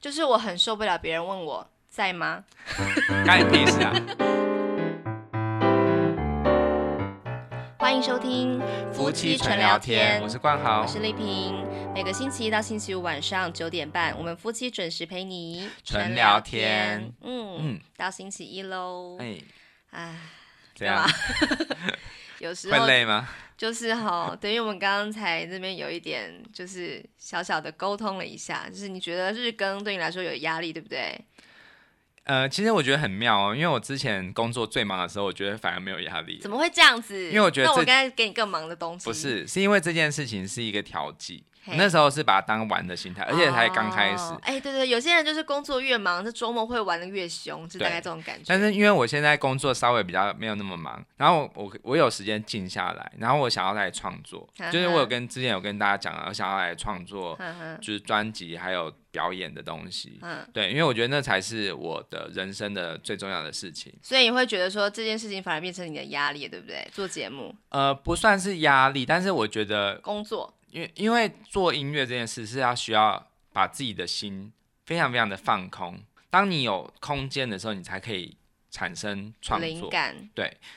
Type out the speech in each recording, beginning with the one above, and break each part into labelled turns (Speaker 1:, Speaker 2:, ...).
Speaker 1: 就是我很受不了别人问我在吗？
Speaker 2: 干你屁 事啊！
Speaker 1: 欢迎收听
Speaker 2: 我是冠豪
Speaker 1: 我，是丽萍。每个星期一到星期五晚上九点半，我们夫妻准时陪你
Speaker 2: 纯聊天。
Speaker 1: 嗯，
Speaker 2: 嗯，
Speaker 1: 到星期一喽。
Speaker 2: 哎，
Speaker 1: 唉，
Speaker 2: 这样
Speaker 1: 干 有时
Speaker 2: 会
Speaker 1: 候
Speaker 2: 累吗？
Speaker 1: 就是哈，对于我们刚刚才这边有一点就是小小的沟通了一下，就是你觉得日更对你来说有压力，对不对？
Speaker 2: 呃，其实我觉得很妙哦，因为我之前工作最忙的时候，我觉得反而没有压力
Speaker 1: 怎。么会这样子？
Speaker 2: 因为我觉得
Speaker 1: 那我
Speaker 2: 这
Speaker 1: 该给你更忙的东西。
Speaker 2: 不，是，是因为这件事情是一个调剂，
Speaker 1: 嘿
Speaker 2: 那时候是把它当玩的心态，而且才刚开始
Speaker 1: 哦。哎、对对，有些人就是工作越忙，这周末会玩的越凶，就大概这种感觉。
Speaker 2: 但是因为我现在工作稍微比较没有那么忙，然后我我我有时间静下来，然后我想要来创作，
Speaker 1: 啊哈
Speaker 2: 就是我有跟之前有跟大家讲啊，我想要来创作，
Speaker 1: 哼哼，
Speaker 2: 就是专辑还有表演的东西。
Speaker 1: 嗯，
Speaker 2: 对，因为我觉得那才是我的人生的最重要的事情。
Speaker 1: 所以你会觉得说这件事情反而变成你的压力，对不对？做节目、
Speaker 2: 呃，不算是压力，但是我觉得，
Speaker 1: 工作，
Speaker 2: 因为因为做音乐这件事是要需要把自己的心非常非常的放空，当你有空间的时候，你才可以产生创
Speaker 1: 灵
Speaker 2: 作。
Speaker 1: 感，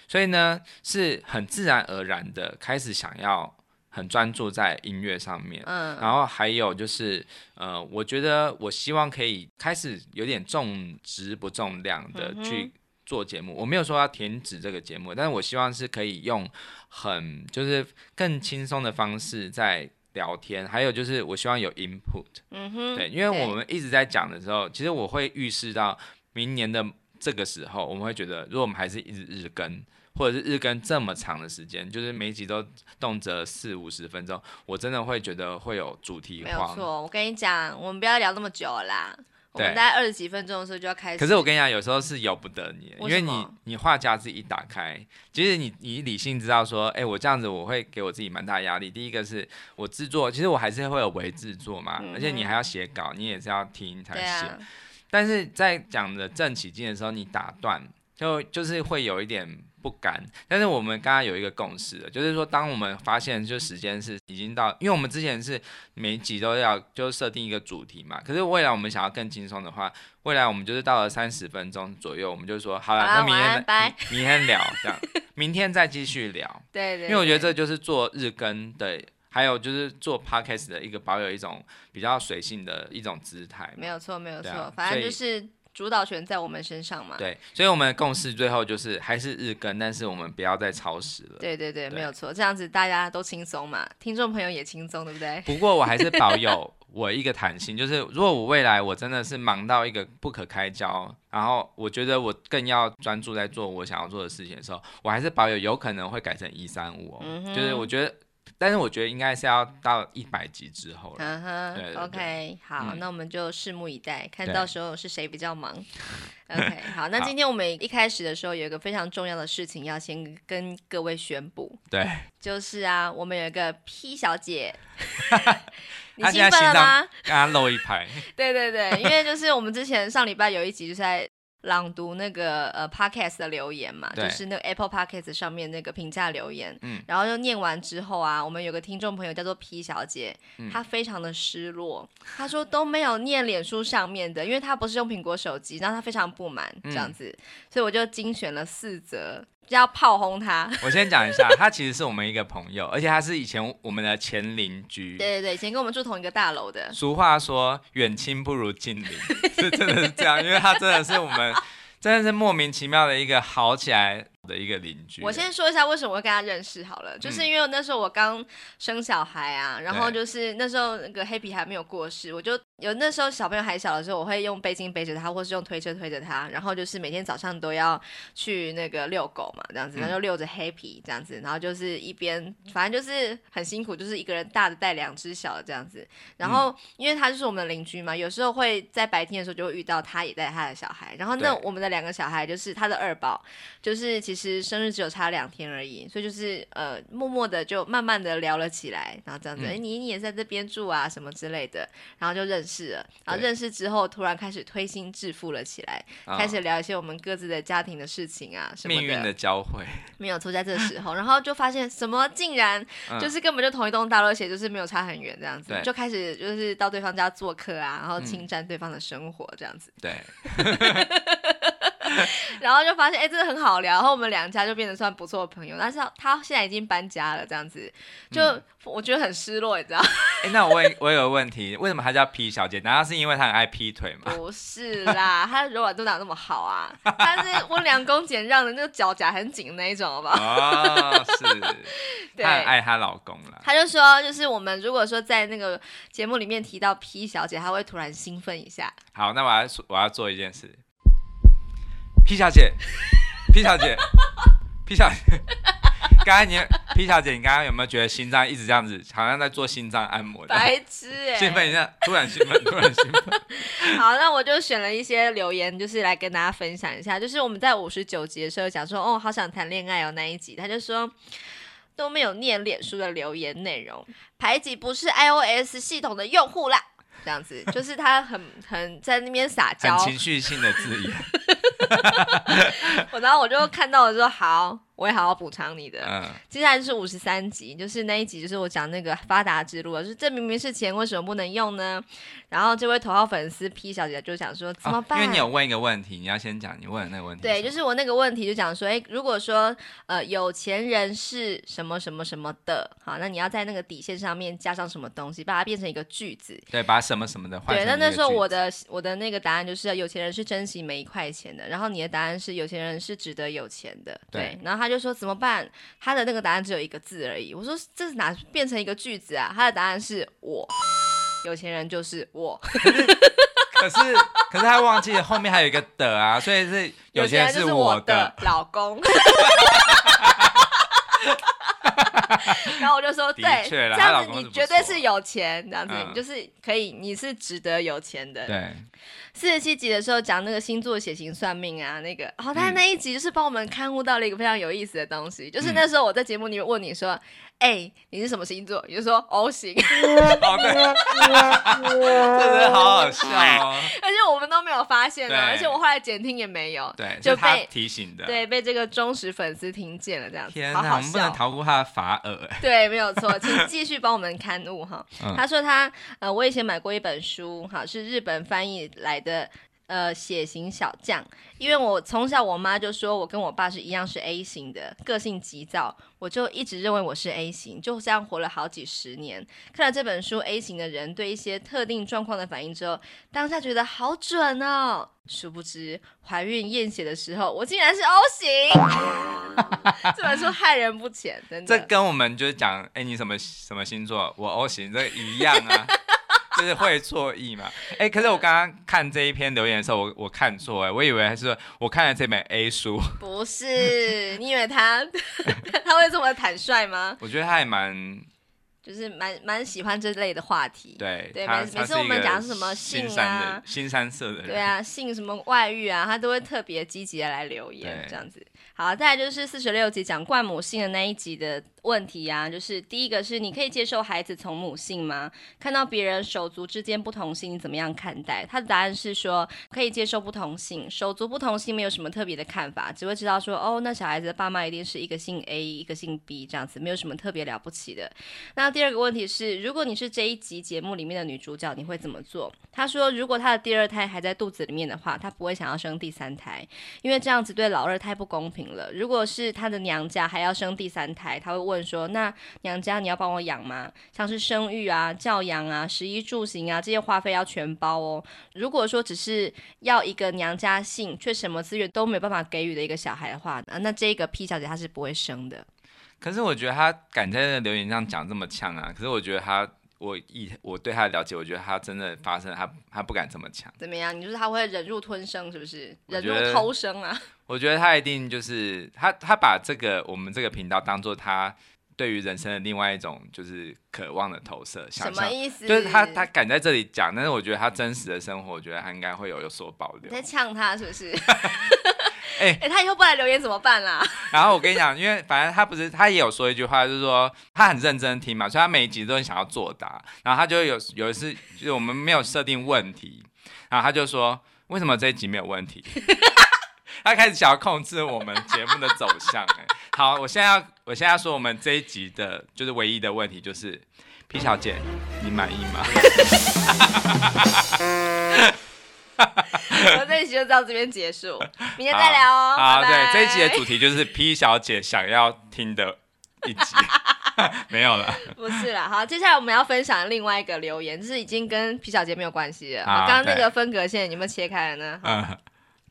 Speaker 2: 所以呢，是很自然而然的开始想要很专注在音乐上面。
Speaker 1: 嗯，
Speaker 2: 然后还有就是，呃，我觉得我希望可以开始有点重质不重量的
Speaker 1: 嗯哼
Speaker 2: 去做节目。我没有说要停止这个节目，但是我希望是可以用很就是更轻松的方式在聊天。还有就是，我希望有 input，、
Speaker 1: 嗯哼，
Speaker 2: 对，因为
Speaker 1: 对
Speaker 2: 我们一直在讲的时候，其实我会预示到明年的这个时候，我们会觉得，如果我们还是一直日更，或者是日更这么长的时间，就是每一集都动辄四五十分钟，我真的会觉得会有主题
Speaker 1: 没有
Speaker 2: 化。
Speaker 1: 错。我跟你讲，我们不要聊那么久了啦，我们
Speaker 2: 对
Speaker 1: 大概二十几分钟的时候就要开始。
Speaker 2: 可是我跟你讲，有时候是由不得你，因
Speaker 1: 为什
Speaker 2: 为你
Speaker 1: 么
Speaker 2: 你话匣子一打开，其实你你理性知道说，哎、我这样子我会给我自己蛮大压力。第一个是我制作，其实我还是会有为制作嘛，而且
Speaker 1: 嗯
Speaker 2: 你
Speaker 1: 哼
Speaker 2: 还要写稿，你也是要听才
Speaker 1: 对
Speaker 2: 写。
Speaker 1: 啊，
Speaker 2: 但是在讲的正起劲的时候，你打断，就就是会有一点不甘。但是我们刚刚有一个共识了，就是说，当我们发现就时间是已经到，因为我们之前是每一集都要就设定一个主题嘛。可是未来我们想要更轻松的话，未来我们就是到了三十分钟左右，我们就说好了，
Speaker 1: 好啦
Speaker 2: 那明
Speaker 1: 晚安
Speaker 2: 天
Speaker 1: 拜
Speaker 2: 明明天聊这样，明天再继续聊。
Speaker 1: 对 对，
Speaker 2: 因为我觉得
Speaker 1: 对
Speaker 2: 这就是做日更的，还有就是做 podcast 的一个保有一种比较随性的一种姿态嘛。
Speaker 1: 没有错，没有错，
Speaker 2: 对啊
Speaker 1: 反正
Speaker 2: 所
Speaker 1: 就
Speaker 2: 以
Speaker 1: 是主导权在我们身上嘛。
Speaker 2: 对，所以我们的共识最后就是还是日更，但是我们不要再超时了。
Speaker 1: 对对对，
Speaker 2: 对
Speaker 1: 没有错，这样子大家都轻松嘛，听众朋友也轻松，对不对？
Speaker 2: 不过我还是保有我一个弹性，就是如果我未来我真的是忙到一个不可开交，然后我觉得我更要专注在做我想要做的事情的时候，我还是保有有可能会改成一三五
Speaker 1: 嗯
Speaker 2: 哦，
Speaker 1: 哼
Speaker 2: 就是我觉得，但是我觉得应该是要到一百集之后了。
Speaker 1: 嗯哼
Speaker 2: 对对对
Speaker 1: o k 好，
Speaker 2: 嗯
Speaker 1: 那我们就拭目以待，看
Speaker 2: 对
Speaker 1: 到时候是谁比较 忙。OK，好，那今天我们一开始的时候有一个非常重要的事情要先跟各位宣布，
Speaker 2: 对，
Speaker 1: 就是啊，我们有一个 P 小 姐，你
Speaker 2: 她
Speaker 1: 兴
Speaker 2: 现在
Speaker 1: 奋
Speaker 2: 心
Speaker 1: 了
Speaker 2: 脏
Speaker 1: 吗？
Speaker 2: 跟他露一排，
Speaker 1: 对对对，因为就是我们之前上礼拜有一集就是在朗读那个呃 podcast 的留言嘛，就
Speaker 2: 对
Speaker 1: 是那个 Apple podcast 上面那个评价留言，
Speaker 2: 嗯
Speaker 1: 然后就念完之后啊，我们有个听众朋友叫做 P 小姐，
Speaker 2: 嗯
Speaker 1: 她非常的失落，她说都没有念脸书上面的，因为她不是用苹果手机，然后她非常不满
Speaker 2: 嗯
Speaker 1: 这样子，所以我就精选了四则。要炮轰她。
Speaker 2: 我先讲一下，他其实是我们一个朋友，而且他是以前我们的前邻居。
Speaker 1: 对对对，以前跟我们住同一个大楼的，
Speaker 2: 俗话说“远亲不如 近邻”，是真的是这样，因为他真的是我们真的是莫名其妙的一个好起来的一个邻居。
Speaker 1: 我先说一下为什么我会跟他认识好了，
Speaker 2: 嗯
Speaker 1: 就是因为那时候我刚生小孩啊，然后就是那时候那个黑皮还没有过世，我就有那时候小朋友还小的时候，我会用背巾背着他，或是用推车推着他，然后就是每天早上都要去那个遛狗嘛，这样子，
Speaker 2: 嗯
Speaker 1: 然后就遛着黑皮这样子，然后就是一边反正就是很辛苦，就是一个人大的带两只小的这样子，然后
Speaker 2: 嗯
Speaker 1: 因为他就是我们的邻居嘛，有时候会在白天的时候就会遇到他也带他的小孩，然后那
Speaker 2: 对
Speaker 1: 我们的两个小孩就是他的二宝，就是其实生日只有差两天而已，所以就是呃默默的就慢慢的聊了起来，然后这样子，
Speaker 2: 嗯
Speaker 1: 哎、你你也在这边住啊什么之类的，然后就认认识了，然后
Speaker 2: 对
Speaker 1: 认识之后突然开始推心置腹了起来，开始
Speaker 2: 嗯
Speaker 1: 聊一些我们各自的家庭的事情啊什么
Speaker 2: 命运的交汇，
Speaker 1: 没有错，在这时候，然后就发现什么竟然
Speaker 2: 嗯
Speaker 1: 就是根本就同一栋大楼，而且就是没有差很远这样子
Speaker 2: 对，
Speaker 1: 就开始就是到对方家做客啊，然后
Speaker 2: 嗯
Speaker 1: 侵占对方的生活这样子，
Speaker 2: 对，
Speaker 1: 然后就发现哎、真的很好聊，然后我们两家就变得算不错的朋友，但是他现在已经搬家了这样子，就、我觉得很失落，你知道吗
Speaker 2: 哎，那我也我有个问题，为什么她叫 P 小姐？难道是因为她很爱劈腿 吗？
Speaker 1: 不是啦，他的柔软度哪那么好啊？他是温良恭俭让的，那个脚夹很紧的那一种，好不 好？
Speaker 2: 哦，是，
Speaker 1: 对。
Speaker 2: 她很爱她老公啦。
Speaker 1: 他就说，就是我们如果说在那个节目里面提到 P 小姐，她会突然兴奋一下。
Speaker 2: 好，那我要说我要做一件事，P 小姐，P 小姐，P 小姐， 刚才你 P 小姐，你刚刚有没有觉得心脏一直这样子，好像在做心脏按摩的？
Speaker 1: 白 痴哎、
Speaker 2: 兴奋一下，突然兴奋，突然兴 奋。
Speaker 1: 好，那我就选了一些留言，就是来跟大家分享一下。就是我们在五十九集的时候讲说，哦，好想谈恋爱哦那一集，他就说都没有念脸书的留言内容，排挤不是 iOS 系统的用户啦。这样子，就是他很很在那边撒娇
Speaker 2: 很，情绪性的字眼，
Speaker 1: 我然后我就看到了说好，我会好好补偿你的。
Speaker 2: 嗯，
Speaker 1: 接下来就是五十三集，就是那一集，就是我讲那个发达之路啊，就是这明明是钱，为什么不能用呢？然后这位头号粉丝 P 小姐就想说怎么
Speaker 2: 哦因
Speaker 1: 办？
Speaker 2: 为你有问一个问题，你要先讲你问的那个问题什么。
Speaker 1: 对，就是我那个问题就讲说，哎，如果说呃有钱人是什么什么什么的，好，那你要在那个底线上面加上什么东西，把它变成一个句子。
Speaker 2: 对，把什么什么的换成
Speaker 1: 对，那
Speaker 2: 一个
Speaker 1: 那时候
Speaker 2: 句子
Speaker 1: 我的我的那个答案就是有钱人是珍惜每一块钱的，然后你的答案是有钱人是值得有钱的，对。然后他就说怎么办？他的那个答案只有一个字而已。我说这是哪变成一个句子啊？他的答案是我，有钱人就是我，
Speaker 2: 可是可是他忘记了后面还有一个的啊，所以是有些
Speaker 1: 钱
Speaker 2: 人
Speaker 1: 人就是是
Speaker 2: 我
Speaker 1: 的，老 公。然后我就说，
Speaker 2: 的
Speaker 1: 对，
Speaker 2: 确啦
Speaker 1: 这
Speaker 2: 她老
Speaker 1: 样子
Speaker 2: 公是
Speaker 1: 你
Speaker 2: 不
Speaker 1: 绝对
Speaker 2: 错
Speaker 1: 是有钱，这样子、
Speaker 2: 嗯
Speaker 1: 你就是可以，你是值得有钱的，
Speaker 2: 对，
Speaker 1: 四十七集的时候讲那个星座血型算命啊，那个，哦，
Speaker 2: 嗯
Speaker 1: 他那一集就是帮我们刊物到了一个非常有意思的东西，就是那时候我在节目里面问你说，哎、你是什么星座？你就说 O 型，
Speaker 2: 哦对， 真的好好笑哦，
Speaker 1: 而且我们都没有发现啊，
Speaker 2: 对
Speaker 1: 而且我后来监听也没有，
Speaker 2: 对，
Speaker 1: 就是
Speaker 2: 他
Speaker 1: 被
Speaker 2: 提醒的，
Speaker 1: 对被这个忠实粉丝听见了，这样子，
Speaker 2: 天
Speaker 1: 好
Speaker 2: 哪，我
Speaker 1: 好
Speaker 2: 们不能
Speaker 1: 笑。
Speaker 2: 逃过他的法耳，哎
Speaker 1: 对，没有错，请继续帮我们刊物哈。
Speaker 2: 嗯
Speaker 1: 他说他呃，我以前买过一本书，哈，是日本翻译来的。呃，血型小将，因为我从小我妈就说我跟我爸是一样是 A 型的，个性急躁，我就一直认为我是 A 型，就这样活了好几十年。看了这本书，A 型的人对一些特定状况的反应之后，当下觉得好准哦。殊不知，怀孕验血的时候，我竟然是 O 型。 这本书害人不浅，真的。
Speaker 2: 这跟我们就是讲，哎，你什么什么星座？我 O 型，这一样 啊。就是会错意嘛？哎、可是我刚刚看这一篇留言的时候，我我看错哎、我以为是我看了这本 A 书，
Speaker 1: 不是， 你以为他他会这么坦率吗？
Speaker 2: 我觉得他还蛮
Speaker 1: 就是蛮蛮喜欢这类的话题。
Speaker 2: 对，
Speaker 1: 对每
Speaker 2: 他他
Speaker 1: 每次
Speaker 2: 是
Speaker 1: 我
Speaker 2: 一
Speaker 1: 们
Speaker 2: 个
Speaker 1: 讲什么
Speaker 2: 新
Speaker 1: 性
Speaker 2: 三的
Speaker 1: 啊
Speaker 2: 新三色的人，
Speaker 1: 对啊，性什么外遇啊，他都会特别积极的来留言
Speaker 2: 对
Speaker 1: 这样子。好，再来就是四十六集讲冠母性的那一集的问题啊，就是第一个是你可以接受孩子从母性吗？看到别人手足之间不同性，你怎么样看待？他的答案是说可以接受不同性，手足不同性没有什么特别的看法，只会知道说哦，那小孩子的爸妈一定是一个姓 A，一个姓 B 这样子，没有什么特别了不起的。那第二个问题是，如果你是这一集节目里面的女主角，你会怎么做？她说，如果她的第二胎还在肚子里面的话，她不会想要生第三胎，因为这样子对老二胎不公平了。如果是她的娘家还要生第三胎，她会问说，那娘家你要帮我养吗？像是生育啊、教养啊、食衣住行啊这些花费要全包哦。如果说只是要一个娘家姓却什么资源都没有办法给予的一个小孩的话，啊那这个 P 小姐她是不会生的。
Speaker 2: 可是我觉得他敢在那留言上讲这么呛啊，可是我觉得他，我以我对他的了解，我觉得他真的发生，他他不敢这么呛。
Speaker 1: 怎么样？你就是他会忍辱吞声，是不是？
Speaker 2: 我
Speaker 1: 忍
Speaker 2: 觉
Speaker 1: 辱
Speaker 2: 得
Speaker 1: 偷生啊！
Speaker 2: 我觉得他一定就是他，他把这个我们这个频道当做他对于人生的另外一种就是渴望的投射，
Speaker 1: 什
Speaker 2: 想
Speaker 1: 么
Speaker 2: 象。
Speaker 1: 意思？
Speaker 2: 就是他，他敢在这里讲，但是我觉得他真实的生活，我觉得他应该会有有所保
Speaker 1: 你
Speaker 2: 留
Speaker 1: 在。呛他是不是？
Speaker 2: 哎、
Speaker 1: 哎、他以后不来留言怎么办啦？
Speaker 2: 然后我跟你讲，因为反正他不是他也有说一句话，就是说他很认真听嘛，所以他每一集都很想要作答。然后他就有有一次，就是我们没有设定问题，然后他就说为什么这一集没有问题？ 他开始想要控制我们节目的走向、哎，好，我现在要我现在要说我们这一集的就是唯一的问题就是皮小姐，你满意吗？
Speaker 1: 我们这一集就到这边结束，明天再聊哦。
Speaker 2: 好，
Speaker 1: 拜拜
Speaker 2: 对，这一集的主题就是 P 小姐想要听的一集， 没有了。
Speaker 1: 不是啦，好，接下来我们要分享另外一个留言，就是已经跟皮小姐没有关系了。
Speaker 2: 好
Speaker 1: 好刚刚那
Speaker 2: 啊对
Speaker 1: 个分隔线有没有切开了呢？
Speaker 2: 嗯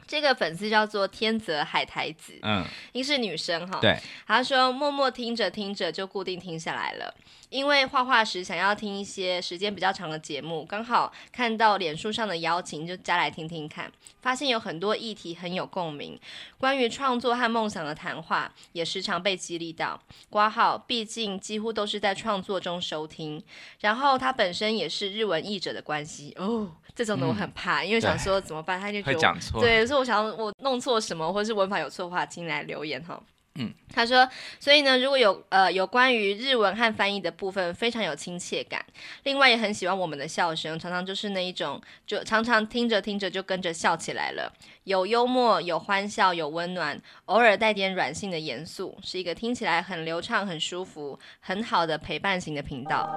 Speaker 1: 这个粉丝叫做天泽海苔子，
Speaker 2: 嗯，
Speaker 1: 应是女生哈。
Speaker 2: 对，
Speaker 1: 她说默默听着听着就固定听下来了，因为画画时想要听一些时间比较长的节目，刚好看到脸书上的邀请就加来听听看，发现有很多议题很有共鸣，关于创作和梦想的谈话也时常被激励到。挂号，毕竟几乎都是在创作中收听，然后她本身也是日文译者的关系哦，这种的我很怕，因为想说怎么办，她就觉
Speaker 2: 嗯会
Speaker 1: 得我
Speaker 2: 讲错。
Speaker 1: 对，所以我想我弄错什么，或是文法有错的话，请来留言哈。
Speaker 2: 嗯，
Speaker 1: 他说，所以呢，如果有呃有关于日文和翻译的部分，非常有亲切感。另外也很喜欢我们的笑声，常常就是那一种，就常常听着听着就跟着笑起来了。有幽默，有欢笑，有温暖，偶尔带点软性的严肃，是一个听起来很流畅、很舒服、很好的陪伴型的频道，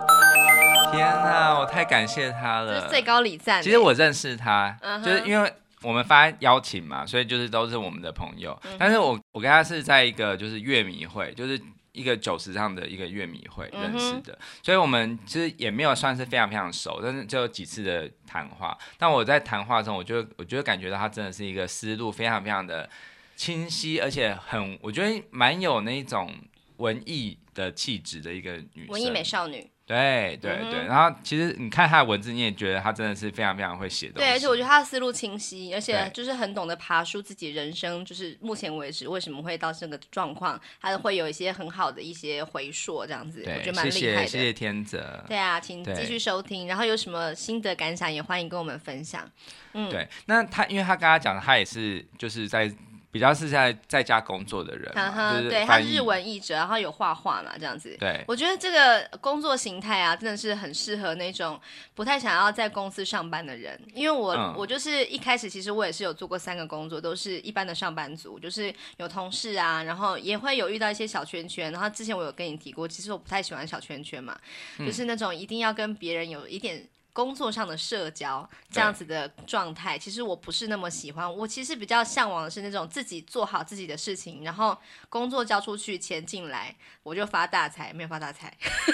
Speaker 2: 天啊，我太感谢他
Speaker 1: 这是
Speaker 2: 了。
Speaker 1: 最高礼赞欸。
Speaker 2: 其实我认识他，
Speaker 1: 嗯哼
Speaker 2: 就是因为我们发邀请嘛，所以就是都是我们的朋友。
Speaker 1: 嗯
Speaker 2: 但是我我跟他是在一个就是乐迷会，就是。一个九十上的一个乐迷会
Speaker 1: 嗯哼
Speaker 2: 认识的，所以我们其实也没有算是非常非常熟，但是就有几次的谈话。但我在谈话中，我就我就感觉到他真的是一个思路非常非常的清晰，而且很我觉得蛮有那种文艺的气质的一个女生。
Speaker 1: 文艺美少女。
Speaker 2: 对对
Speaker 1: 嗯
Speaker 2: 对，
Speaker 1: 哼
Speaker 2: 然后其实你看他的文字，你也觉得他真的是非常非常会写东西。
Speaker 1: 对，而且我觉得他的思路清晰，而且
Speaker 2: 对
Speaker 1: 就是很懂得爬出自己人生，就是目前为止为什么会到这个状况，他会有一些很好的一些回溯，这样子，我觉得
Speaker 2: 对，
Speaker 1: 蛮
Speaker 2: 谢
Speaker 1: 厉害
Speaker 2: 谢
Speaker 1: 的。
Speaker 2: 谢谢天泽。
Speaker 1: 对啊，请
Speaker 2: 对
Speaker 1: 继续收听，然后有什么心得感想也欢迎跟我们分享。嗯
Speaker 2: 对，那他因为他刚刚讲的，他也是就是在比较是在在家工作的人
Speaker 1: 哈
Speaker 2: 嘛，
Speaker 1: 哈，
Speaker 2: 就是
Speaker 1: 嗯对他
Speaker 2: 翻译
Speaker 1: 日文译者，然后有画画嘛，这样子。
Speaker 2: 对
Speaker 1: 我觉得这个工作形态啊，真的是很适合那种不太想要在公司上班的人。因为我、
Speaker 2: 嗯
Speaker 1: 我就是一开始其实我也是有做过三个工作，都是一般的上班族，就是有同事啊，然后也会有遇到一些小圈圈。然后之前我有跟你提过，其实我不太喜欢小圈圈嘛，
Speaker 2: 嗯
Speaker 1: 就是那种一定要跟别人有一点。工作上的社交这样子的状态，其实我不是那么喜欢。我其实比较向往的是那种自己做好自己的事情，然后工作交出去，钱进来，我就发大财，没有发大财，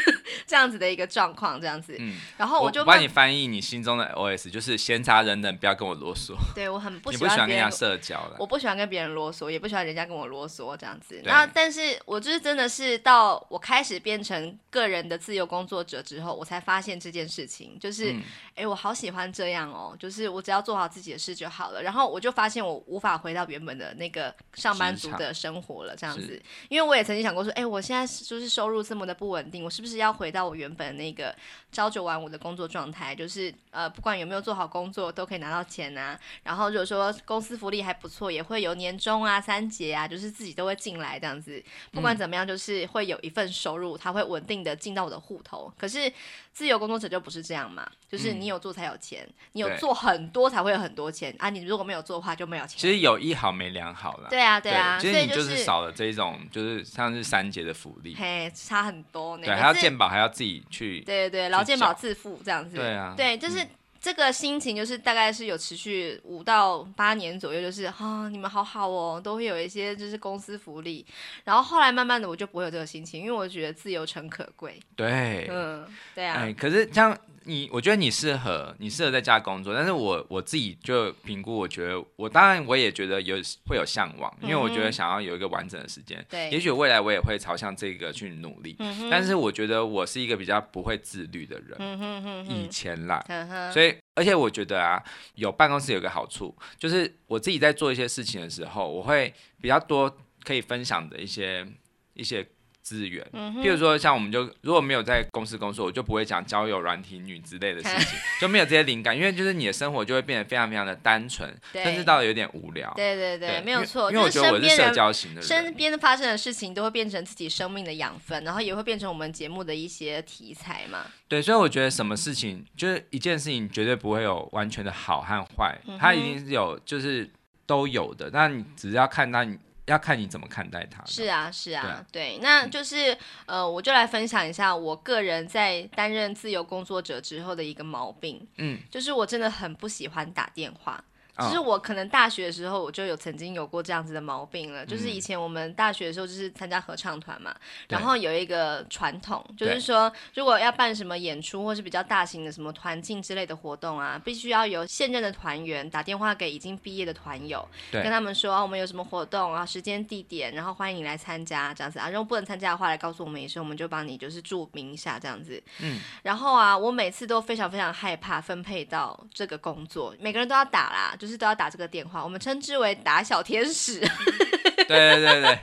Speaker 1: 这样子的一个状况，这样子。
Speaker 2: 嗯
Speaker 1: 然后
Speaker 2: 我
Speaker 1: 就
Speaker 2: 帮
Speaker 1: 慢
Speaker 2: 你翻译你心中的 OS，就是闲杂人等，不要跟我啰嗦。
Speaker 1: 对我很不
Speaker 2: 你
Speaker 1: 喜
Speaker 2: 不喜欢
Speaker 1: 欢
Speaker 2: 跟
Speaker 1: 别
Speaker 2: 人家
Speaker 1: 人。
Speaker 2: 社交的，
Speaker 1: 我不喜欢跟别人啰嗦，也不喜欢人家跟我啰嗦这样子。
Speaker 2: 对
Speaker 1: 那但是我就是真的是到我开始变成个人的自由工作者之后，我才发现这件事情，就是哎、
Speaker 2: 嗯
Speaker 1: 诶我好喜欢这样哦，就是我只要做好自己的事就好了。然后我就发现我无法回到原本的那个上班族
Speaker 2: 职场
Speaker 1: 的生活了，这样子
Speaker 2: 是。
Speaker 1: 因为我也曾经想过说，哎、我现在是就是收入这么的不稳定，我是不是要回到我原本那个朝九晚五的工作状态？就是呃，不管有没有做好工作，都可以拿到钱啊。然后如果说公司福利还不错，也会有年终啊、三节啊，就是自己都会进来这样子。不
Speaker 2: 嗯
Speaker 1: 管怎么样，就是会有一份收入，它会稳定的进到我的户头。可是自由工作者就不是这样嘛，就是你有做才有钱，你有
Speaker 2: 嗯对
Speaker 1: 做很多才会有很多钱啊。你如果没有做的话，就没有
Speaker 2: 其
Speaker 1: 钱。
Speaker 2: 实有一好没两好啦。
Speaker 1: 对啊，啊，
Speaker 2: 其
Speaker 1: 所
Speaker 2: 实
Speaker 1: 以
Speaker 2: 你就是是少了这一种，就是像是三节的福利，
Speaker 1: 嘿，差很多呢。
Speaker 2: 对，
Speaker 1: 可
Speaker 2: 还要
Speaker 1: 是
Speaker 2: 健保，还要自己去，
Speaker 1: 对对对，劳
Speaker 2: 去
Speaker 1: 健保
Speaker 2: 缴
Speaker 1: 自付这样子。
Speaker 2: 对啊
Speaker 1: 对，就是。这个心情就是大概是有持续五到八年左右，就是啊，你们好好哦，都会有一些就是公司福利，然后后来慢慢的我就不会有这个心情，因为我觉得自由诚可贵，
Speaker 2: 对，
Speaker 1: 嗯，对啊，
Speaker 2: 哎，可是这样你，我觉得你适合，你适合在家工作。但是我我自己就评估，我觉得我当然我也觉得有会有向往，因为我觉
Speaker 1: 嗯哼
Speaker 2: 得想要有一个完整的时间。
Speaker 1: 对
Speaker 2: 也许未来我也会朝向这个去努力。
Speaker 1: 嗯哼，
Speaker 2: 但是我觉得我是一个比较不会自律的人，
Speaker 1: 嗯哼哼
Speaker 2: 以
Speaker 1: 哼
Speaker 2: 前啦。
Speaker 1: 嗯哼，
Speaker 2: 所以，而且我觉得啊，有办公室有个好处，就是我自己在做一些事情的时候，我会比较多可以分享的一些一些资源。
Speaker 1: 嗯哼
Speaker 2: 譬如说，像我们就如果没有在公司工作，我就不会讲交友软体女之类的事 情，就没有这些灵感，因为就是你的生活就会变得非常非常的单纯，
Speaker 1: 对
Speaker 2: 甚至到有点无聊。
Speaker 1: 对对对，没有
Speaker 2: 因为
Speaker 1: 错，
Speaker 2: 因为我
Speaker 1: 就
Speaker 2: 觉
Speaker 1: 是身
Speaker 2: 得我是
Speaker 1: 边
Speaker 2: 社
Speaker 1: 人
Speaker 2: 交型的人
Speaker 1: 身，边发生的事情都会变成自己生命的养分，然后也会变成我们节目的一些题材嘛。
Speaker 2: 对，所以我觉得什么事情，就是一件事情绝对不会有完全的好和坏，
Speaker 1: 嗯哼
Speaker 2: 它一定是有，就是都有的。那你只要看它，你要看你怎么看待它。
Speaker 1: 是啊，是
Speaker 2: 对
Speaker 1: 啊
Speaker 2: 啊，
Speaker 1: 对，那就是呃，我就来分享一下我个人在担任自由工作者之后的一个毛病，
Speaker 2: 嗯，
Speaker 1: 就是我真的很不喜欢打电话。
Speaker 2: 嗯
Speaker 1: 就是我可能大学的时候，我就有曾经有过这样子的毛病了。就是以前我们大学的时候，就是参加合唱团嘛，
Speaker 2: 嗯对
Speaker 1: 然后有一个传统，就是
Speaker 2: 对
Speaker 1: 说如果要办什么演出或是比较大型的什么团庆之类的活动啊，必须要由现任的团员打电话给已经毕业的团友，
Speaker 2: 对
Speaker 1: 跟他们说、啊、我们有什么活动啊，时间地点，然后欢迎你来参加这样子啊。如果不能参加的话，来告诉我们一声，我们就帮你就是注明一下这样子。
Speaker 2: 嗯，
Speaker 1: 然后啊，我每次都非常非常害怕分配到这个工作，每个人都要打啦，就是都要打这个电话，我们称之为打小天使，
Speaker 2: 对对对对，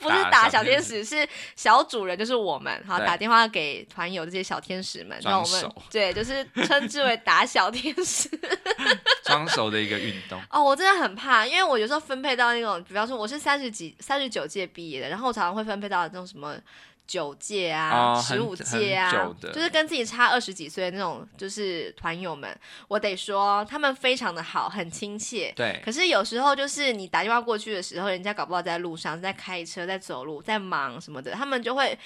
Speaker 1: 不是打
Speaker 2: 打
Speaker 1: 小
Speaker 2: 小
Speaker 1: 天
Speaker 2: 天
Speaker 1: 使，是小主人，就是我们，好
Speaker 2: 对
Speaker 1: 打电话给团友这些小天使们，让我们
Speaker 2: 装手
Speaker 1: 对，就是称之为打小天使。
Speaker 2: 双手的一个运动。
Speaker 1: 哦，我真的很怕，因为我有时候分配到那种，比方说我是三十几、三十九届毕业的，然后我常常会分配到那种什么九届啊、
Speaker 2: 哦
Speaker 1: 十五
Speaker 2: 很
Speaker 1: 届啊
Speaker 2: 很久，的
Speaker 1: 就是跟自己差二十几岁的那种，就是团友们，我得说他们非常的好，很亲切。
Speaker 2: 对
Speaker 1: 可是有时候就是你打电话过去的时候，人家搞不好在路上、在开车、在走路、在忙什么的，他们就会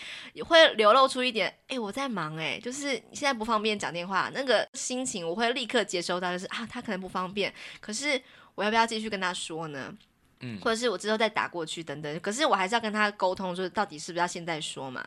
Speaker 1: 会流露出一点，哎、我在忙、哎，就是现在不方便讲电话，那个心情我会立刻接收到，就是啊，他可能不方便，可是我要不要继续跟他说呢？
Speaker 2: 嗯
Speaker 1: 或者是我之后再打过去等等，可是我还是要跟他沟通，就是到底是不是要现在说嘛？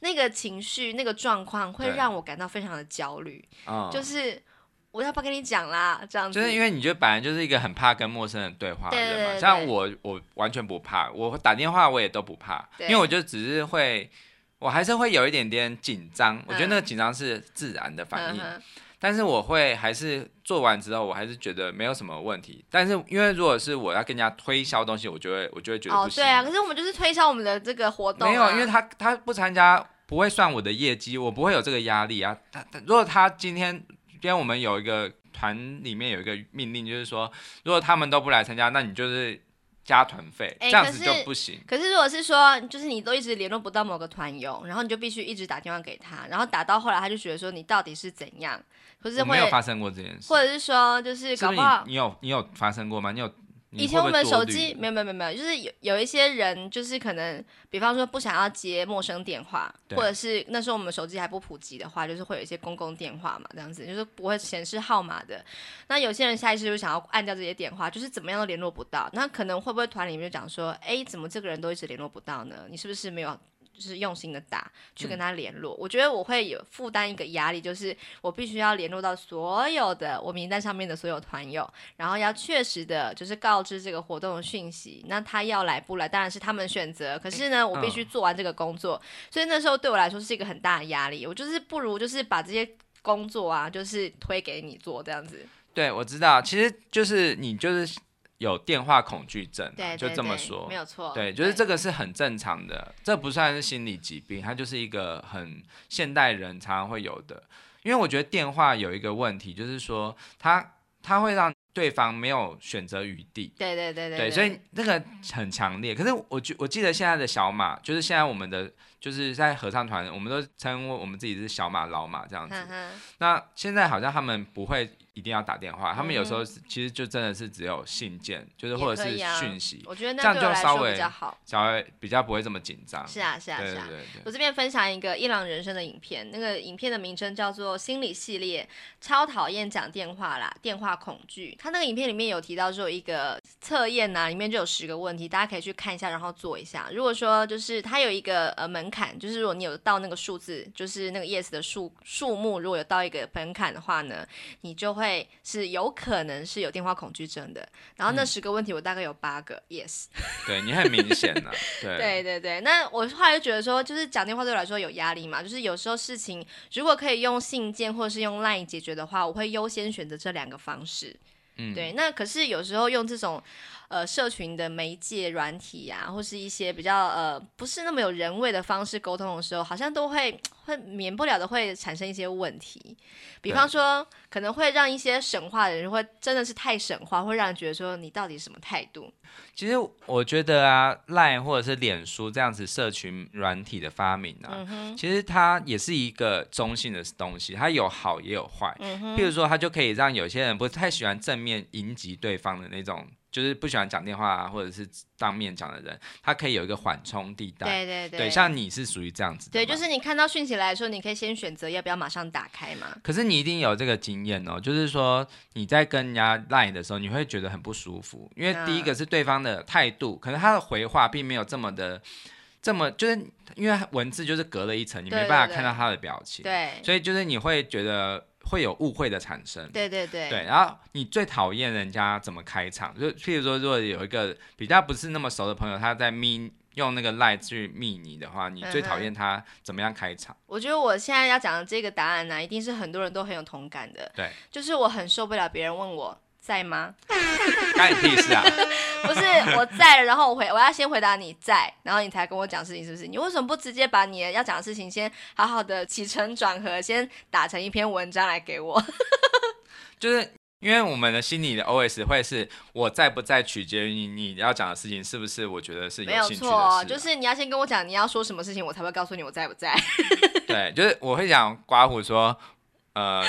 Speaker 1: 那个情绪、那个状况会
Speaker 2: 对
Speaker 1: 让我感到非常的焦虑，
Speaker 2: 啊、
Speaker 1: 就
Speaker 2: 嗯，
Speaker 1: 是我要不要跟你讲啦？这样子，
Speaker 2: 就是因为你觉得本来就是一个很怕跟陌生人对话的人
Speaker 1: 嗯
Speaker 2: 嘛，
Speaker 1: 对对对
Speaker 2: 像我，我完全不怕，我打电话我也都不怕，
Speaker 1: 对
Speaker 2: 因为我就只是会，我还是会有一点点紧张，我觉得那个紧张是自然的反应，
Speaker 1: 嗯嗯哼
Speaker 2: 但是我会还是做完之后，我还是觉得没有什么问题。但是因为如果是我要跟人家推销东西，我就会我就会觉得
Speaker 1: 哦
Speaker 2: 不，行。
Speaker 1: 对啊，可是我们就是推销我们的这个活动、啊，
Speaker 2: 没有，因为他他不参加不会算我的业绩，我不会有这个压力啊。他他如果他今天今天我们有一个团里面有一个命令，就是说如果他们都不来参加，那你就是加团费，
Speaker 1: 哎
Speaker 2: 这样子
Speaker 1: 可
Speaker 2: 就是不行。
Speaker 1: 可是如果是说，就是你都一直联络不到某个团友，然后你就必须一直打电话给他，然后打到后来他就觉得说你到底是怎样，或是
Speaker 2: 我没有
Speaker 1: 会，
Speaker 2: 发生过这件事，
Speaker 1: 或者是说就是
Speaker 2: 是
Speaker 1: 搞
Speaker 2: 不是
Speaker 1: 不好
Speaker 2: 你你有你有发生过吗？你有？你
Speaker 1: 以前
Speaker 2: 会
Speaker 1: 我
Speaker 2: 不会
Speaker 1: 们手
Speaker 2: 多虑
Speaker 1: 机没有没有没有没有，就是有有一些人就是可能，比方说不想要接陌生电话，
Speaker 2: 对
Speaker 1: 或者是那时候我们手机还不普及的话，就是会有一些公共电话嘛，这样子就是不会显示号码的。那有些人下意识就想要按掉这些电话，就是怎么样都联络不到。那可能会不会团里面就讲说，哎，怎么这个人都一直联络不到呢？你是不是没有？就是用心的打去
Speaker 2: 嗯
Speaker 1: 跟他联络，我觉得我会有负担一个压力，就是我必须要联络到所有的我名单上面的所有团友，然后要确实的，就是告知这个活动的讯息。那他要来不来，当然是他们选择。可是呢，我必
Speaker 2: 嗯
Speaker 1: 须做完这个工作，所以那时候对我来说是一个很大的压力。我就是不如就是把这些工作啊，就是推给你做这样子。
Speaker 2: 对，我知道，其实就是你就是有电话恐惧症啊、
Speaker 1: 对，
Speaker 2: 就
Speaker 1: 对
Speaker 2: 这么
Speaker 1: 对
Speaker 2: 说
Speaker 1: 没。有错。
Speaker 2: 对，就是这个是很正常的，这不算是心理疾病，它就是一个很现代人常常会有的。因为我觉得电话有一个问题，就是说它它会让对方没有选择余地。
Speaker 1: 对。对对对
Speaker 2: 对，所以那个很强烈。可是我记我记得现在的小马，就是现在我们的就是在合唱团，我们都称呼我们自己是小马、老马这样子。
Speaker 1: 嗯哼哼
Speaker 2: 那现在好像他们不会一定要打电话，他们有时候
Speaker 1: 嗯
Speaker 2: 是其实就真的是只有信件，就是
Speaker 1: 也
Speaker 2: 或者
Speaker 1: 可
Speaker 2: 是
Speaker 1: 以啊
Speaker 2: 讯息，
Speaker 1: 我觉得那
Speaker 2: 这样
Speaker 1: 对我
Speaker 2: 就
Speaker 1: 来
Speaker 2: 稍
Speaker 1: 说比
Speaker 2: 微
Speaker 1: 较好。
Speaker 2: 才会比较不会这么紧张。
Speaker 1: 是啊，是啊，
Speaker 2: 对
Speaker 1: 是
Speaker 2: 对
Speaker 1: 啊。
Speaker 2: 对
Speaker 1: 我
Speaker 2: 对，
Speaker 1: 这边分享一个伊朗人生的影片，那个影片的名称叫做《心理系列》，超讨厌讲电话啦，电话恐惧。他那个影片里面有提到说有一个测验呐、里面就有十个问题，大家可以去看一下，然后做一下。如果说就是它有一个呃门槛，就是如果你有到那个数字，就是那个 yes 的数数目，如果有到一个门槛的话呢，你就会是有可能是有电话恐惧症的。然后那
Speaker 2: 嗯
Speaker 1: 十个问题，我大概有八个 yes。
Speaker 2: 对你很明显 了、对
Speaker 1: 对对对，那我后来就觉得说，就是讲电话对我来说有压力嘛，就是有时候事情如果可以用信件或者是用 LINE 解决的话，我会优先选择这两个方式。
Speaker 2: 嗯，
Speaker 1: 对，那可是有时候用这种呃社群的媒介软体啊，或是一些比较呃不是那么有人味的方式沟通的时候，好像都会会免不了的会产生一些问题。比
Speaker 2: 对
Speaker 1: 方说，可能会让一些神话的人会真的是太神话，会让人觉得说你到底什么态度？
Speaker 2: 其实我觉得啊，赖或者是脸书这样子社群软体的发明啊，
Speaker 1: 嗯哼，
Speaker 2: 其实它也是一个中性的东西，它有好也有坏。
Speaker 1: 嗯
Speaker 2: 譬
Speaker 1: 哼，
Speaker 2: 如说，它就可以让有些人不太喜欢正面迎击对方的那种，就是不喜欢讲电话啊，或者是当面讲的人，他可以有一个缓冲地带。
Speaker 1: 对对对，
Speaker 2: 像你是属于这样子的
Speaker 1: 对，
Speaker 2: 嘛。
Speaker 1: 就是你看到讯息来说，你可以先选择要不要马上打开嘛。
Speaker 2: 可是你一定有这个经验哦，就是说你在跟人家赖的时候，你会觉得很不舒服，因为
Speaker 1: 嗯
Speaker 2: 第一个是对方的态度，可能他的回话并没有这么的，这么就是因为文字就是隔了一层，你
Speaker 1: 对
Speaker 2: 没
Speaker 1: 对
Speaker 2: 办法
Speaker 1: 对
Speaker 2: 看到他的表情，
Speaker 1: 对，
Speaker 2: 所以就是你会觉得会有误会的产生。
Speaker 1: 对对对，
Speaker 2: 对，然后你最讨厌人家怎么开场？就譬如说，如果有一个比较不是那么熟的朋友，他在密用那个赖去密你的话，你最
Speaker 1: 嗯
Speaker 2: 讨厌他怎么样开场？
Speaker 1: 我觉得我现在要讲的这个答案呢、一定是很多人都很有同感的。
Speaker 2: 对，
Speaker 1: 就是我很受不了别人问我在吗？
Speaker 2: 干你屁事啊！
Speaker 1: 不是我在了，然后我回我要先回答你在，然后你才跟我讲事情，是不是？你为什么不直接把你要讲的事情先好好的起承转合，先打成一篇文章来给我？
Speaker 2: 就是因为我们的心里的 OS 会是我在不在取决于你你要讲的事情是不是我觉得是
Speaker 1: 没有
Speaker 2: 兴趣的事
Speaker 1: 错
Speaker 2: 啊、
Speaker 1: 哦，就是你要先跟我讲你要说什么事情，我才会告诉你我在不在。
Speaker 2: 对，就是我会讲刮胡说，呃，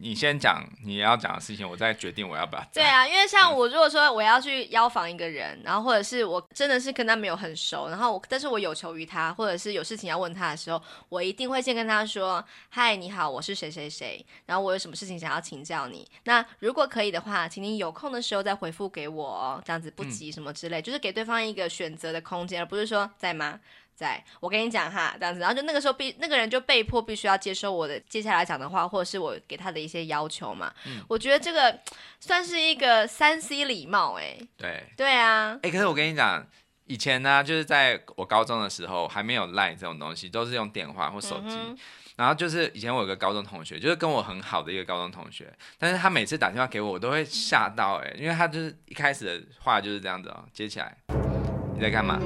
Speaker 2: 你先讲你要讲的事情，我再决定我要不要讲。
Speaker 1: 对啊，因为像我如果说我要去邀访一个人，然后或者是我真的是跟他没有很熟，然后我但是我有求于他，或者是有事情要问他的时候，我一定会先跟他说：“嗨，你好，我是谁谁谁，然后我有什么事情想要请教你。那如果可以的话，请你有空的时候再回复给我哦，这样子不急什么之类，就是给对方一个选择的空间，而不是说在吗？在，我跟你讲哈，这样子，然后就那个时候必那个人就被迫必须要接受我的接下来讲的话，或者是我给他的一些要求嘛。我觉得这个算是一个三 C 礼貌、哎，
Speaker 2: 对，
Speaker 1: 对啊，
Speaker 2: 哎、可是我跟你讲。以前呢、就是在我高中的时候，还没有 Line 这种东西，都是用电话或手机。
Speaker 1: 嗯哼
Speaker 2: 然后就是以前我有个高中同学，就是跟我很好的一个高中同学，但是他每次打电话给我，我都会吓到哎、因为他就是一开始的话就是这样子哦、接起来，你在干嘛？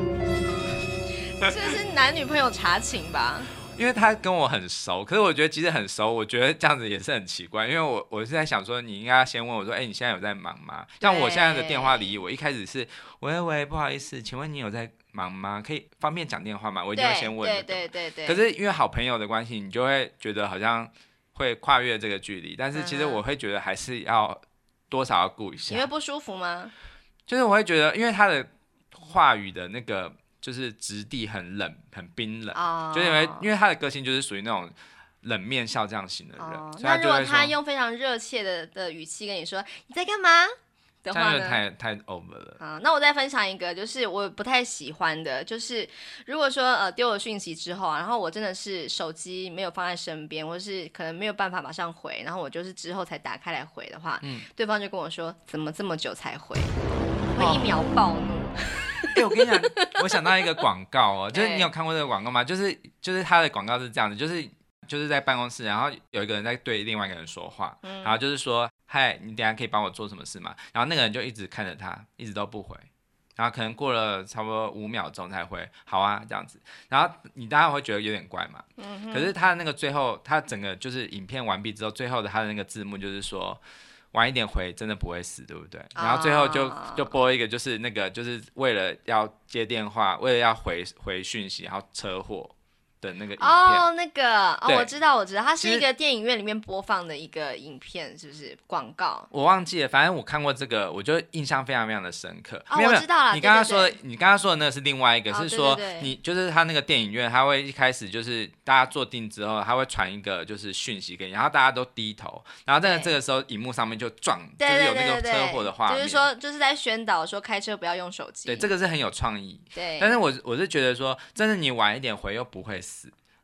Speaker 1: 这是男女朋友查寝吧？
Speaker 2: 因为他跟我很熟，可是我觉得即使很熟，我觉得这样子也是很奇怪，因为我我是在想说，你应该先问我说，哎、你现在有在忙吗？像我现在的电话里，我一开始是喂喂，不好意思，请问你有在忙吗？可以方便讲电话吗？我一定会先问
Speaker 1: 对
Speaker 2: 的
Speaker 1: 对对对对。
Speaker 2: 可是因为好朋友的关系，你就会觉得好像会跨越这个距离，但是其实
Speaker 1: 嗯哼
Speaker 2: 我会觉得还是要多少要顾一
Speaker 1: 你会
Speaker 2: 下，
Speaker 1: 不舒服吗？
Speaker 2: 就是我会觉得，因为他的话语的那个就是质地很冷，很冰冷，
Speaker 1: 哦，
Speaker 2: 呃就是因为因为他的个性就是属于那种冷面笑匠型的人，
Speaker 1: 哦，
Speaker 2: 所以
Speaker 1: 那
Speaker 2: 他
Speaker 1: 如
Speaker 2: 就
Speaker 1: 果
Speaker 2: 会
Speaker 1: 他
Speaker 2: 说。
Speaker 1: 用非常热切的的语气跟你说你在干嘛的
Speaker 2: 这
Speaker 1: 话
Speaker 2: 样就
Speaker 1: 呢？
Speaker 2: 太太 over 了，
Speaker 1: 啊、那我再分享一个，就是我不太喜欢的，就是如果说呃丢了讯息之后啊，然后我真的是手机没有放在身边，或是可能没有办法马上回，然后我就是之后才打开来回的话，
Speaker 2: 嗯
Speaker 1: 对方就跟我说怎么这么久才回，
Speaker 2: 哦
Speaker 1: 会一秒暴怒。
Speaker 2: 哎、我跟你讲， 我想到一个广告哦，就是
Speaker 1: 哎
Speaker 2: 你有看过这个广告吗？就是就是他的广告是这样的，就是就是在办公室，然后有一个人在对另外一个人说话，
Speaker 1: 嗯
Speaker 2: 然后就是说，嗨，你等一下可以帮我做什么事吗？然后那个人就一直看着他，一直都不回。然后可能过了差不多五秒钟才回，好啊这样子。然后你当然会觉得有点怪嘛，
Speaker 1: 嗯
Speaker 2: 可是他那个最后，他整个就是影片完毕之后，最后的他的那个字幕就是说，晚一点回真的不会死，对不对？然后最后就
Speaker 1: 啊
Speaker 2: 就播一个，就是那个就是为了要接电话，为了要回回讯息，然后车祸的那个影片。
Speaker 1: 哦，那个哦，
Speaker 2: 对
Speaker 1: 我知道，我知道，它是
Speaker 2: 其
Speaker 1: 一
Speaker 2: 实
Speaker 1: 个电影院里面播放的一个影片，是不是广告？
Speaker 2: 我忘记了，反正我看过这个，我就印象非常非常的深刻。
Speaker 1: 哦
Speaker 2: 没有没
Speaker 1: 我
Speaker 2: 有
Speaker 1: 知道啦
Speaker 2: 你刚刚
Speaker 1: 对
Speaker 2: 说
Speaker 1: 对
Speaker 2: 的，你刚刚说的那个是另外一个，
Speaker 1: 哦
Speaker 2: 是说
Speaker 1: 对对对
Speaker 2: 你就是他那个电影院，他会一开始就是大家坐定之后，他会传一个就是讯息给你，然后大家都低头，然后在
Speaker 1: 对
Speaker 2: 这个时候荧幕上面就撞，就
Speaker 1: 对
Speaker 2: 是有
Speaker 1: 对
Speaker 2: 那
Speaker 1: 对
Speaker 2: 个
Speaker 1: 对
Speaker 2: 车祸的画
Speaker 1: 对，
Speaker 2: 面。
Speaker 1: 就是说就是在宣导说开车不要用手机。
Speaker 2: 对，这
Speaker 1: 个
Speaker 2: 个是很有创意。
Speaker 1: 对，
Speaker 2: 但是我我是觉得说，真的你晚一点回又不会死。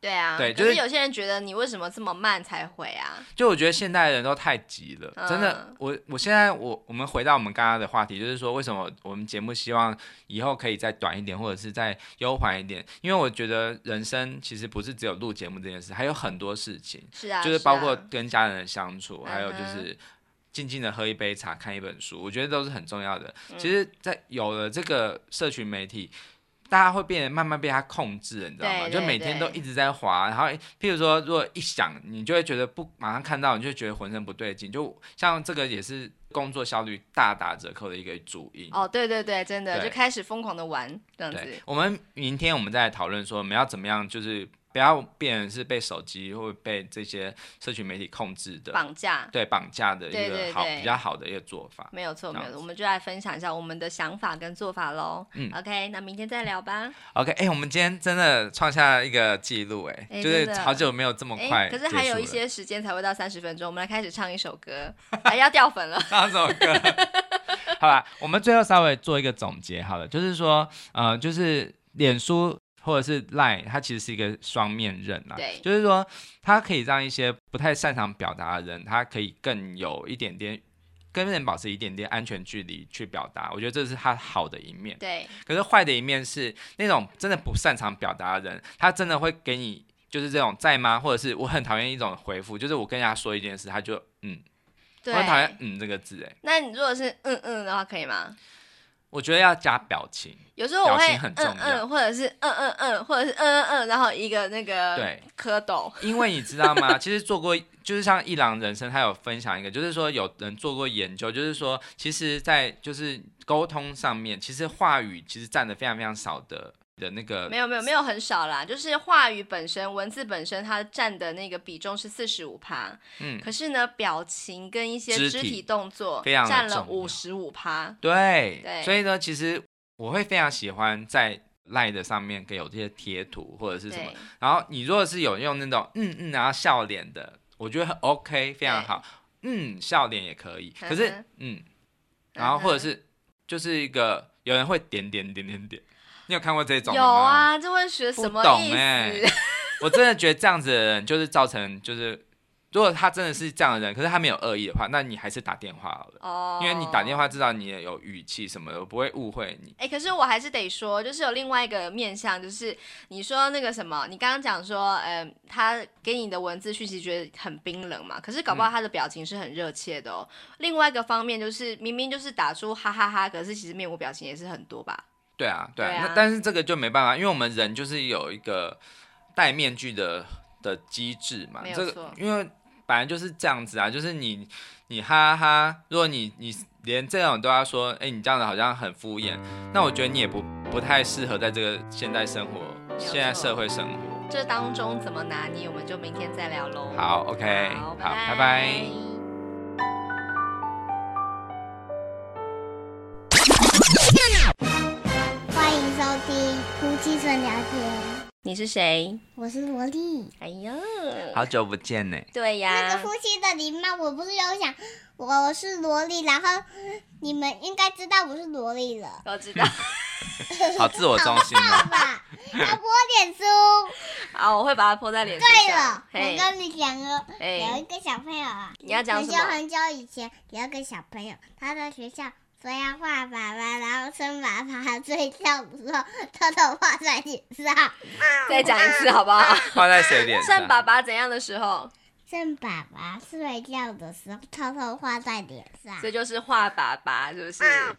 Speaker 1: 对啊，
Speaker 2: 对
Speaker 1: 可
Speaker 2: 就是
Speaker 1: 是有些人觉得你为什么这么慢才回啊？
Speaker 2: 就我觉得现代人都太急了，
Speaker 1: 嗯
Speaker 2: 真的。我我现在我我们回到我们刚刚的话题，就是说为什么我们节目希望以后可以再短一点，或者是再悠缓一点，因为我觉得人生其实不是只有录节目这件事，还有很多事情，
Speaker 1: 是啊，
Speaker 2: 就是
Speaker 1: 啊
Speaker 2: 包括跟家人的相处，还有就
Speaker 1: 嗯哼
Speaker 2: 是。静静的喝一杯茶，看一本书，我觉得都是很重要的。
Speaker 1: 嗯
Speaker 2: 其实，在有了这个社群媒体。大家会变得慢慢被它控制了，你知道吗？
Speaker 1: 对对
Speaker 2: 就每天都一直在滑，然后譬如说，如果一想，你就会觉得不马上看到，你就觉得浑身不对劲。就像这个也是工作效率大打折扣的一个主因。
Speaker 1: 哦，对对对，真的
Speaker 2: 对
Speaker 1: 就开始疯狂的玩这样
Speaker 2: 对
Speaker 1: 子，，
Speaker 2: 我们明天我们再来讨论说我们要怎么样，就是不要变成是被手机或被这些社群媒体控制的，
Speaker 1: 绑架。
Speaker 2: 对绑架的一
Speaker 1: 对
Speaker 2: 个
Speaker 1: 对
Speaker 2: 好
Speaker 1: 对
Speaker 2: 比较好的一个做法。
Speaker 1: 没有错，
Speaker 2: 这
Speaker 1: 没
Speaker 2: 样
Speaker 1: 有错，我们就来分享一下我们的想法跟做法喽。
Speaker 2: 嗯
Speaker 1: OK，那明天再聊吧。
Speaker 2: OK，哎、我们今天真的创下一个记录，哎、
Speaker 1: 哎
Speaker 2: 就是
Speaker 1: 真的
Speaker 2: 好久没有这么
Speaker 1: 哎，
Speaker 2: 快
Speaker 1: 可
Speaker 2: 结束了。
Speaker 1: 是还有一 些时间才会到三十分钟，我们来开始唱一首歌，哎，要掉粉了。
Speaker 2: 唱首歌。好啦，我们最后稍微做一个总结好了，就是说，呃，就是脸书或者是 Line，它其实是一个双面刃啦。
Speaker 1: 对
Speaker 2: 就是说，它可以让一些不太擅长表达的人，他可以更有一点点。跟人保持一点点安全距离去表达，我觉得这是它好的一面。
Speaker 1: 对，
Speaker 2: 可是坏的一面是，那种真的不擅长表达的人，他真的会给你就是这种在吗，或者是我很讨厌一种回复，就是我跟人家说一件事，他就嗯，我
Speaker 1: 对。
Speaker 2: 很讨厌嗯这个字，哎，
Speaker 1: 那你如果是嗯嗯的话，可以吗？
Speaker 2: 我觉得要加表情，
Speaker 1: 有时候我
Speaker 2: 表
Speaker 1: 会
Speaker 2: 情很
Speaker 1: 嗯
Speaker 2: 重要
Speaker 1: 嗯，或者是嗯嗯嗯，或者是嗯嗯嗯，然后一个那个
Speaker 2: 对，
Speaker 1: 蝌蚪。
Speaker 2: 因为你知道吗？其实做过，就是像伊朗人生，他有分享一个，就是说有人做过研究，就是说，其实，在就是沟通上面，其实话语其实占的非常非常少的的那个
Speaker 1: 没有没有没有很少啦，就是话语本身、文字本身，它占的那个比重是四十五趴。
Speaker 2: 嗯
Speaker 1: 可是呢，表情跟一些
Speaker 2: 肢
Speaker 1: 肢
Speaker 2: 体
Speaker 1: 体动作
Speaker 2: 非常的
Speaker 1: 占了
Speaker 2: 重要
Speaker 1: 五十五趴。
Speaker 2: 对，
Speaker 1: 对
Speaker 2: 所以呢，其实我会非常喜欢在。赖的上面给有这些贴图或者是什么
Speaker 1: 对，，
Speaker 2: 然后你如果是有用那种嗯嗯然后笑脸的，我觉得很 OK 非常
Speaker 1: 对
Speaker 2: 好，嗯笑脸也可以，
Speaker 1: 嗯
Speaker 2: 可
Speaker 1: 哼
Speaker 2: 是嗯然后
Speaker 1: 嗯
Speaker 2: 或者是就是一个有人会点点点点点，你有看过这种的
Speaker 1: 有
Speaker 2: 吗？
Speaker 1: 啊，这会学什
Speaker 2: 不
Speaker 1: 么
Speaker 2: 懂
Speaker 1: 意
Speaker 2: 哎、
Speaker 1: 思？
Speaker 2: 我真的觉得这样子的人就是造成就是，如果他真的是这样的人，可是他没有恶意的话，那你还是打电话好了，
Speaker 1: 哦，
Speaker 2: 因为你打电。话至少你也有语气什么的，我不会误会你。
Speaker 1: 哎、可是我还是得说，就是有另外一个面向，就是你说那个什么，你刚刚讲说，嗯、他给你的文字讯息觉得很冰冷嘛，可是搞
Speaker 2: 嗯
Speaker 1: 不好他的表情是很热切的哦。另外一个方面就是，明明就是打出哈哈哈可是其实面无表情也是很多吧？
Speaker 2: 对啊，对啊，
Speaker 1: 对啊
Speaker 2: 那但是这个就没办法，因为我们人就是有一个戴面具的的机制嘛
Speaker 1: 没，有
Speaker 2: 这个
Speaker 1: 错
Speaker 2: 因为本来就是这样子啊，就是你你哈哈，如果你你连这种都要说，哎、你这样子好像很敷衍，那我觉得你也不不太适合在这个现代生活、
Speaker 1: 有
Speaker 2: 现在
Speaker 1: 错
Speaker 2: 社会生活。
Speaker 1: 这当中怎么拿捏，我们就明天再聊喽。
Speaker 2: 好，OK，
Speaker 1: 好，
Speaker 2: 好，拜拜
Speaker 1: 拜
Speaker 3: 欢迎收听《夫妻纯聊天》，
Speaker 1: 你是谁？
Speaker 3: 我是萝莉。
Speaker 1: 哎呀，
Speaker 2: 好久不见呢。
Speaker 1: 对
Speaker 3: 那个
Speaker 1: 呀
Speaker 3: 夫，妻的礼貌，我不是有想我是萝莉，然后你们应该知道我是萝莉 了，
Speaker 1: 我知道。
Speaker 2: 好自我中心
Speaker 3: 好
Speaker 2: 哦。
Speaker 3: 吧？要播脸书。
Speaker 1: 好，我会把它泼在脸上。
Speaker 3: 对了，
Speaker 1: 嘿
Speaker 3: 我跟你讲哦，
Speaker 1: 嘿
Speaker 3: 有一个小朋友啊，
Speaker 1: 你要讲
Speaker 3: 很
Speaker 1: 什
Speaker 3: 久
Speaker 1: 么？
Speaker 3: 很久以前有一个小朋友，他在学校。说要画爸爸，然后生爸爸，睡觉的时候偷偷画在脸上，
Speaker 1: 再讲一次好不 好？
Speaker 2: 画在谁脸上
Speaker 1: 趁？爸爸怎样的时候，
Speaker 3: 趁爸爸睡觉的时候偷偷画在脸上。
Speaker 1: 这就是画爸爸，是不是？
Speaker 3: 嗯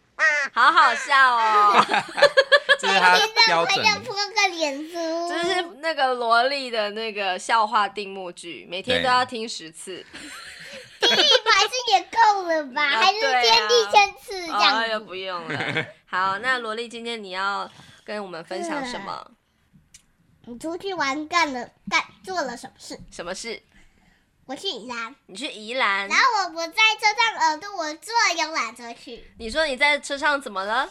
Speaker 1: 好好笑 哦，
Speaker 2: 这是他标
Speaker 3: 他
Speaker 2: 准
Speaker 3: 就
Speaker 2: 的。
Speaker 3: 泼个脸书，
Speaker 1: 这是那个萝莉的那个笑话定目剧，每天
Speaker 2: 对
Speaker 1: 都要听十次。
Speaker 3: 一百次也够了吧？
Speaker 1: 啊
Speaker 3: 还是
Speaker 1: 对啊
Speaker 3: 天地千次这
Speaker 1: 哦，哎呦
Speaker 2: 啊
Speaker 3: 样
Speaker 1: 不用了。好，那萝莉今天你要跟我们分享什
Speaker 3: 嗯
Speaker 1: 么？
Speaker 3: 你出去玩干了干做了什么事？
Speaker 1: 什么事？
Speaker 3: 我去宜兰，
Speaker 1: 你去宜兰
Speaker 3: 然，后我不在车上耳朵，我坐游览车去。
Speaker 1: 你说你在车上怎么了？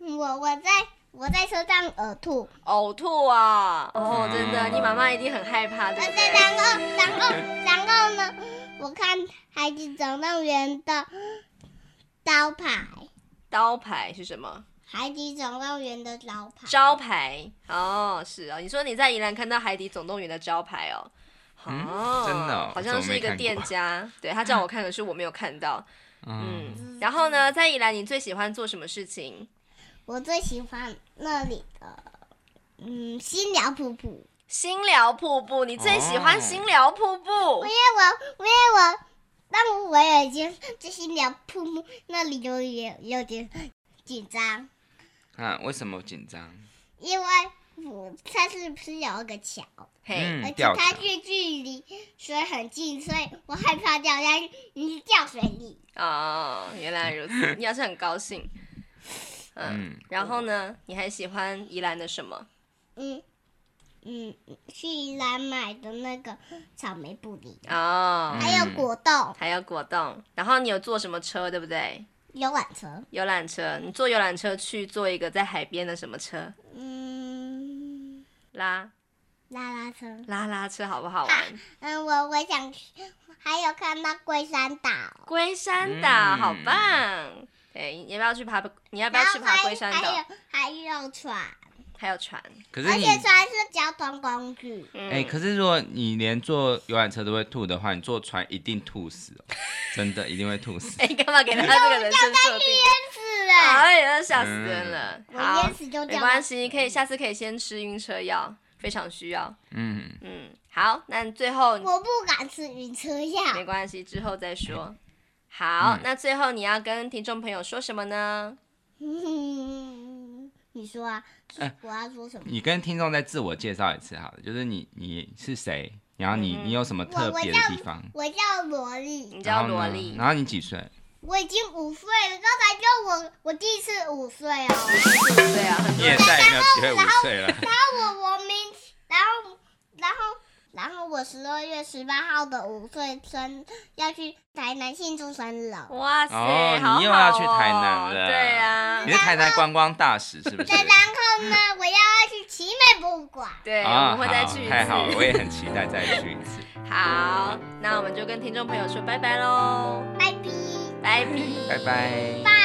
Speaker 3: 我我在我在车上呕吐，
Speaker 1: 呕吐啊！哦，真的，你妈妈一定很害怕，对
Speaker 3: 然
Speaker 1: 不
Speaker 3: 后
Speaker 1: 对？
Speaker 3: 然后然后然后呢？我看海底总动员的招牌，
Speaker 1: 刀牌是什么？
Speaker 3: 海底总动员的招牌。
Speaker 1: 招牌哦，是哦。你说你在宜兰看到海底总动员的招牌哦，
Speaker 2: 嗯
Speaker 1: 哦，
Speaker 2: 真的哦
Speaker 1: 好像是一个店家，对他叫我看，可是我没有看到。
Speaker 2: 嗯，
Speaker 1: 嗯，然后呢，在宜兰你最喜欢做什么事情？
Speaker 3: 我最喜欢那里的，嗯，新娘瀑布，
Speaker 2: 哦
Speaker 1: 新寮瀑布，你最喜欢新寮瀑布
Speaker 3: 因为我因为我但我有一件就是聊瀑布那里有有有点紧张，
Speaker 2: 啊，为什么紧张？
Speaker 3: 因为我它是不是有一个桥，
Speaker 1: 嘿，
Speaker 2: 嗯
Speaker 3: 而且
Speaker 2: 吊
Speaker 3: 它
Speaker 2: 桥
Speaker 3: 是距离水很近，所以我害怕掉下去，你掉水里。
Speaker 1: 哦，原来如此，你要是很高 兴，嗯，
Speaker 2: 嗯，
Speaker 1: 然后呢，你还喜欢宜兰的什么？
Speaker 3: 嗯嗯，去宜兰买的那个草莓布丁，
Speaker 1: 哦，
Speaker 3: 还有
Speaker 2: 嗯
Speaker 3: 果冻、
Speaker 1: 还有果冻，然后你有坐什么车，对不对？
Speaker 3: 游览车。
Speaker 1: 游览车，你坐游览车去坐一个在海边的什么车？
Speaker 3: 嗯，
Speaker 1: 拉
Speaker 3: 拉拉车。
Speaker 1: 拉拉车好不好 玩？
Speaker 3: 嗯，我我想去，还有看到龟山岛，
Speaker 1: 龟山岛、
Speaker 2: 嗯
Speaker 1: 好棒！对，你要不要去爬？你要不要
Speaker 3: 然
Speaker 1: 去
Speaker 3: 后
Speaker 1: 爬
Speaker 3: 还
Speaker 1: 龟山岛？
Speaker 3: 还有还有船，
Speaker 1: 还有船，
Speaker 2: 可是
Speaker 3: 而
Speaker 2: 你，
Speaker 3: 且船是交通工具。
Speaker 1: 嗯，
Speaker 2: 哎、可是如果你连坐游览车都会吐的话，你坐船一定吐死 哦，真的一定会吐死。
Speaker 1: 哎，干嘛给他这个人生设 定？
Speaker 3: 是的，
Speaker 1: 哎呀，吓死人了！
Speaker 3: 嗯我
Speaker 1: 好啊
Speaker 3: 淹，死就
Speaker 1: 没
Speaker 3: 掉。
Speaker 1: 关系，可以下次可以先吃晕车药，非常需要。
Speaker 2: 嗯，
Speaker 1: 嗯，好，那最后
Speaker 3: 我啊不敢吃晕车
Speaker 1: 没
Speaker 3: 药。
Speaker 1: 关系，之后再说。好，
Speaker 2: 嗯
Speaker 1: 那最后你要跟听众朋友说什么呢？
Speaker 3: 嗯， 你说啊，
Speaker 2: 哎
Speaker 3: 我要说什么？
Speaker 2: 你跟听众再自我介绍一次好了，就是你你是谁，然后你、
Speaker 1: 嗯
Speaker 2: 你有什么特别的地方，
Speaker 3: 我叫萝莉，
Speaker 1: 你
Speaker 2: 然
Speaker 1: 叫
Speaker 2: 后
Speaker 1: 萝
Speaker 2: 呢
Speaker 1: 莉
Speaker 2: 然，后你几岁？
Speaker 3: 我已经五岁了，刚才就我我第一次五岁哦。
Speaker 1: 对啊，很多
Speaker 2: 你也
Speaker 1: 人
Speaker 2: 再也没有机会五岁了。
Speaker 3: 我我明，然后然后然后我十二月十八号的五岁生要去台南庆祝生日哦。
Speaker 1: 哇塞，
Speaker 2: 哦
Speaker 1: 好
Speaker 2: 你又要
Speaker 1: 好
Speaker 2: 去台南
Speaker 1: 哦
Speaker 2: 了
Speaker 1: 对啊
Speaker 2: 你，是台南观光大使是不是？
Speaker 3: 再然后呢，我要去奇美博物馆。
Speaker 1: 对，
Speaker 2: 啊，
Speaker 1: 我们会再去一次。
Speaker 2: 好太好了，我也很期待再去一次。
Speaker 1: 好，那我们就跟听众朋友说拜拜喽，
Speaker 3: 拜拜。
Speaker 1: 拜
Speaker 2: 拜拜。
Speaker 3: 拜。